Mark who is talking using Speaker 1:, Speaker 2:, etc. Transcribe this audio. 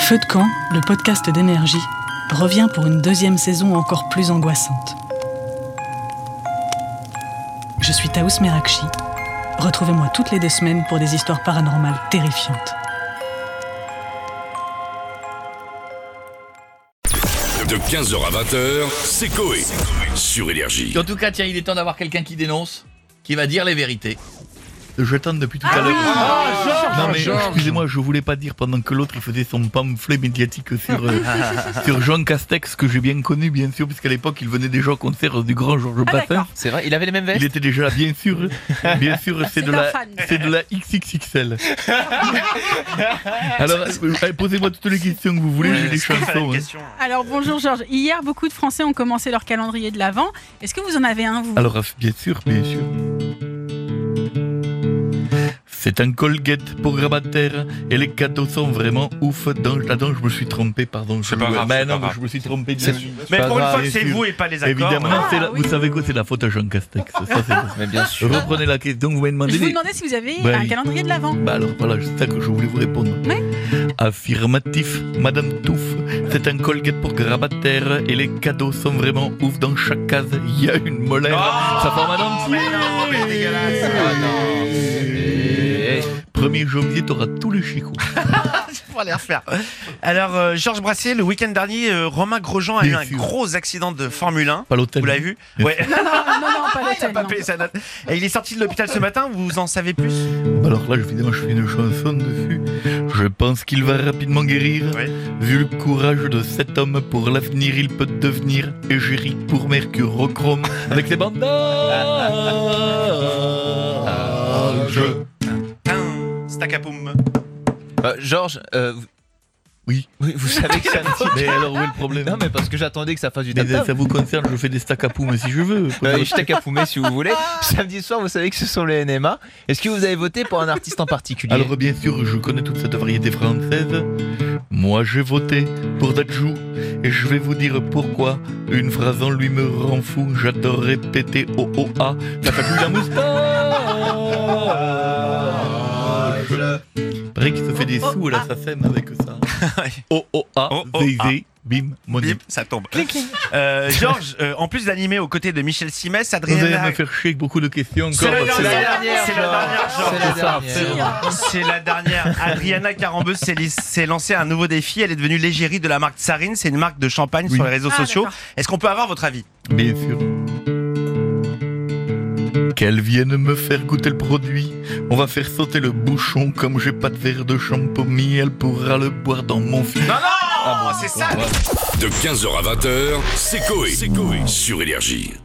Speaker 1: Feu de camp, le podcast d'énergie, revient pour une deuxième saison encore plus angoissante. Je suis Taous Merakchi. Retrouvez-moi toutes les deux semaines pour des histoires paranormales terrifiantes.
Speaker 2: De 15h à 20h, c'est Coé. Sur Énergie.
Speaker 3: En tout cas, tiens, il est temps d'avoir quelqu'un qui dénonce, qui va dire les vérités. Je tente depuis tout
Speaker 4: Ah,
Speaker 3: à l'heure. non mais excusez-moi, je voulais pas dire pendant que l'autre il faisait son pamphlet médiatique sur euh,
Speaker 4: Ah.
Speaker 3: sur Jean Castex que j'ai bien connu bien sûr puisqu'à l'époque il venait déjà au concert du grand Georges
Speaker 4: Ah,
Speaker 3: Bassin.
Speaker 5: C'est vrai, il avait les mêmes
Speaker 3: Il
Speaker 5: vestes
Speaker 3: était déjà là, bien sûr, bien sûr, c'est de
Speaker 4: Ah, un
Speaker 3: la,
Speaker 4: fan.
Speaker 3: c'est de la XXXL. Alors, euh, posez-moi toutes les questions que vous voulez, j'ai les chansons. hein.
Speaker 4: Alors bonjour Georges. Hier, beaucoup de Français ont commencé leur calendrier de l'Avent. Est-ce que vous en avez un, vous
Speaker 3: Alors, euh, bien sûr, bien sûr. C'est un Colgate programmataire et les cadeaux sont vraiment ouf. Dans... Attends, je me suis trompé, pardon. je
Speaker 6: C'est pas
Speaker 3: le-
Speaker 6: grave,
Speaker 3: Mais
Speaker 6: c'est
Speaker 3: non,
Speaker 6: pas
Speaker 3: mais je me suis trompé. bien sûr.
Speaker 6: Mais
Speaker 5: Pas
Speaker 6: pour une
Speaker 5: grave.
Speaker 6: fois que c'est
Speaker 3: Bien sûr.
Speaker 6: vous et pas les accords. hein.
Speaker 3: Évidemment,
Speaker 4: Ah,
Speaker 3: c'est la-
Speaker 4: oui.
Speaker 3: vous savez quoi, c'est la faute à Jean Castex. Ça, c'est bon.
Speaker 5: Mais bien sûr.
Speaker 3: Reprenez la question. Donc, vous m'avez demandé.
Speaker 4: Je vous
Speaker 3: les-
Speaker 4: demandais si vous avez
Speaker 3: Ben,
Speaker 4: un
Speaker 3: oui.
Speaker 4: calendrier de l'Avent.
Speaker 3: Bah alors voilà, c'est ça que je voulais vous répondre.
Speaker 4: Oui.
Speaker 3: Affirmatif, Madame Touffe, c'est un Colgate pour grabataire et les cadeaux sont vraiment ouf dans chaque case. Il y a une molaire, ça forme un entier.
Speaker 5: Ah non. Eh, eh,
Speaker 3: 1er janvier, t'auras tous les chicots.
Speaker 6: Pour les refaire. Alors, euh, Georges Brassier, le week-end dernier, euh, Romain Grosjean a eu
Speaker 3: Bien
Speaker 6: un
Speaker 3: sûr.
Speaker 6: gros accident de Formule 1.
Speaker 3: Pas l'hôtel.
Speaker 6: Vous l'avez vu
Speaker 3: Bien
Speaker 6: Ouais.
Speaker 4: Non, non, non, non, pas l'hôtel.
Speaker 6: Pas
Speaker 4: non.
Speaker 6: payé sa note. Et il est sorti de l'hôpital ce matin, vous en savez plus
Speaker 3: Bah Alors là, évidemment, je fais une chanson dessus. Je pense qu'il va rapidement guérir.
Speaker 6: Ouais.
Speaker 3: Vu le courage de cet homme, pour l'avenir, il peut devenir égérie pour Mercurochrome avec ses
Speaker 5: Euh,
Speaker 6: Ah,
Speaker 3: bandages.
Speaker 6: Tain, Stacapoum.
Speaker 5: eh. Euh, Georges, euh, vous-
Speaker 3: Oui.
Speaker 5: vous savez que c'est un petit
Speaker 3: Mais alors, où est le problème
Speaker 5: Non, mais parce que j'attendais que ça fasse du
Speaker 3: Mais ça,
Speaker 5: tam-tam.
Speaker 3: ça vous concerne, je fais des stacks à mais si je veux.
Speaker 5: Euh, je t'ai qu'à fumer si vous voulez. Samedi soir, vous savez que ce sont les NMA. Est-ce que vous avez voté pour un artiste en particulier
Speaker 3: Alors bien sûr, je connais toute cette variété française. Moi, j'ai voté pour Dajou et je vais vous dire pourquoi. Une phrase en lui me rend fou. J'adore répéter oh oh ah. Ça fait plus la
Speaker 5: Ah,
Speaker 3: moustache. Pareil qu'il se fait des sous là, ça sème avec ça. Oh oh ah.
Speaker 6: Oh, oh,
Speaker 3: zé,
Speaker 6: ah.
Speaker 3: zé, bim, money.
Speaker 6: Bip, ça tombe. Euh, Georges, euh, en plus d'animer aux côtés de Michel Simès,
Speaker 3: Vous allez
Speaker 6: Adrien.
Speaker 3: me faire chier avec beaucoup de questions encore.
Speaker 6: C'est la
Speaker 3: parce que là-
Speaker 6: dernière. c'est la dernière, Georges.
Speaker 5: C'est la
Speaker 3: C'est ça,
Speaker 5: dernière.
Speaker 6: C'est la dernière. Adriana Carambeu s'est li- s'est lancée un nouveau défi. Elle est devenue l'égérie de la marque Tsarine. C'est une marque de champagne
Speaker 3: Oui.
Speaker 6: sur les réseaux
Speaker 4: Ah,
Speaker 6: sociaux.
Speaker 4: d'accord.
Speaker 6: Est-ce qu'on peut avoir votre avis
Speaker 3: Bien sûr. Qu'elle vienne me faire goûter le produit. On va faire sauter le bouchon. Comme j'ai pas de verre de champomis, elle pourra le boire dans mon film.
Speaker 6: Non, non, Ah, c'est ça.
Speaker 2: De 15h à 20h, c'est Coé. Sur Énergie.